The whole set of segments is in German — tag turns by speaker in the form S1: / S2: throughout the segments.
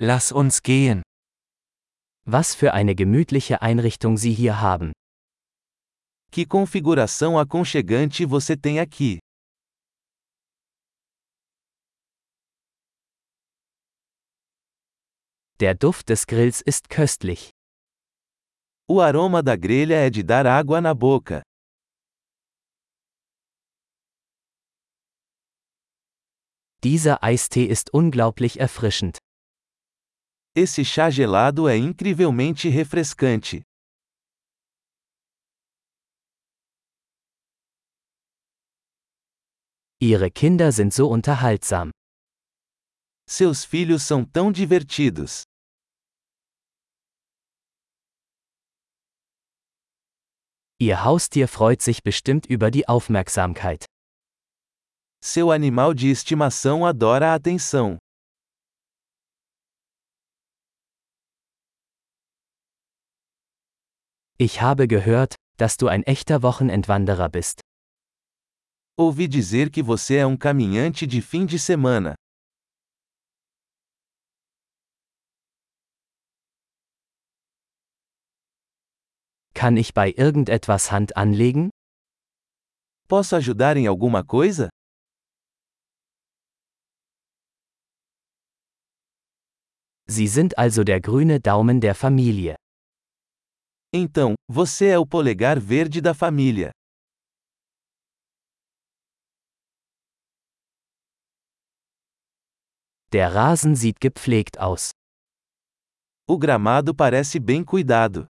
S1: Lass uns gehen.
S2: Was für eine gemütliche Einrichtung Sie hier haben.
S1: Que configuração aconchegante você tem aqui.
S2: Der Duft des Grills ist köstlich.
S1: O aroma da grelha é de dar água na boca.
S2: Dieser Eistee ist unglaublich erfrischend.
S1: Esse chá gelado é incrivelmente refrescante.
S2: Ihre Kinder sind so unterhaltsam.
S1: Seus filhos são tão divertidos.
S2: Ihr Haustier freut sich bestimmt über die Aufmerksamkeit.
S1: Seu animal de estimação adora a atenção.
S2: Ich habe gehört, dass du ein echter Wochenendwanderer bist.
S1: Ouvi dizer que você é um caminhante de fim de semana.
S2: Kann ich bei irgendetwas Hand anlegen?
S1: Posso ajudar em alguma coisa?
S2: Sie sind also der grüne Daumen der Familie.
S1: Então, você é o polegar verde da família.
S2: Der Rasen sieht gepflegt aus.
S1: O gramado parece bem cuidado.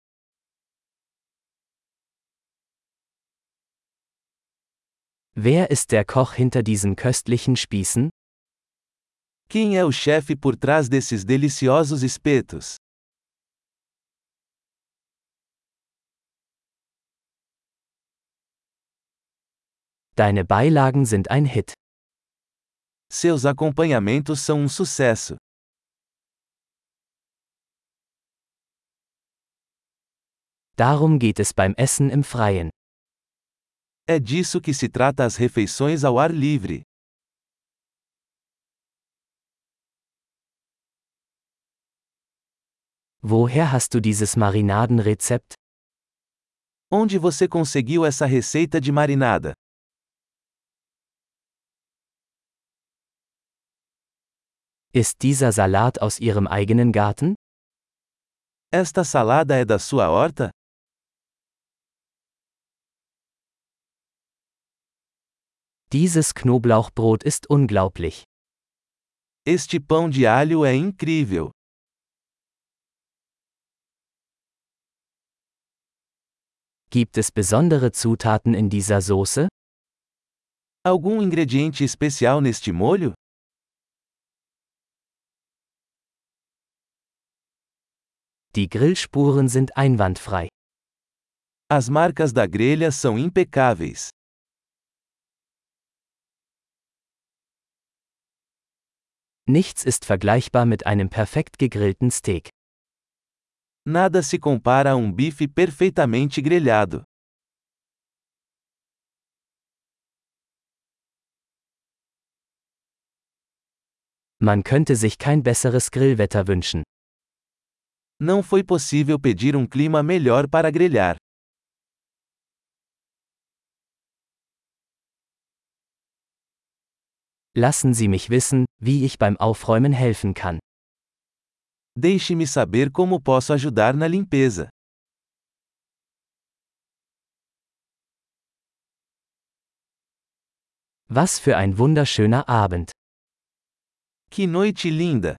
S2: Wer ist der Koch hinter diesen köstlichen Spießen?
S1: Quem é o chefe por trás desses deliciosos espetos?
S2: Deine Beilagen sind ein Hit.
S1: Seus acompanhamentos são um sucesso.
S2: Darum geht es beim Essen im Freien.
S1: É disso que se trata as refeições ao ar livre.
S2: Woher hast du dieses Marinadenrezept?
S1: Onde você conseguiu essa receita de marinada?
S2: Ist dieser Salat aus Ihrem eigenen Garten?
S1: Esta salada é da sua horta?
S2: Dieses Knoblauchbrot ist unglaublich.
S1: Este pão de alho é incrível.
S2: Gibt es besondere Zutaten in dieser Soße?
S1: Algum ingrediente especial neste molho?
S2: Die Grillspuren sind einwandfrei.
S1: As marcas da grelha são impecáveis.
S2: Nichts ist vergleichbar mit einem perfekt gegrillten Steak.
S1: Nada se compara a um bife perfeitamente grelhado.
S2: Man könnte sich kein besseres Grillwetter wünschen.
S1: Não foi possível pedir um clima melhor para grelhar.
S2: Lassen Sie mich wissen, wie ich beim Aufräumen helfen kann.
S1: Deixe-me saber como posso ajudar na limpeza.
S2: Was für ein wunderschöner Abend.
S1: Que noite linda!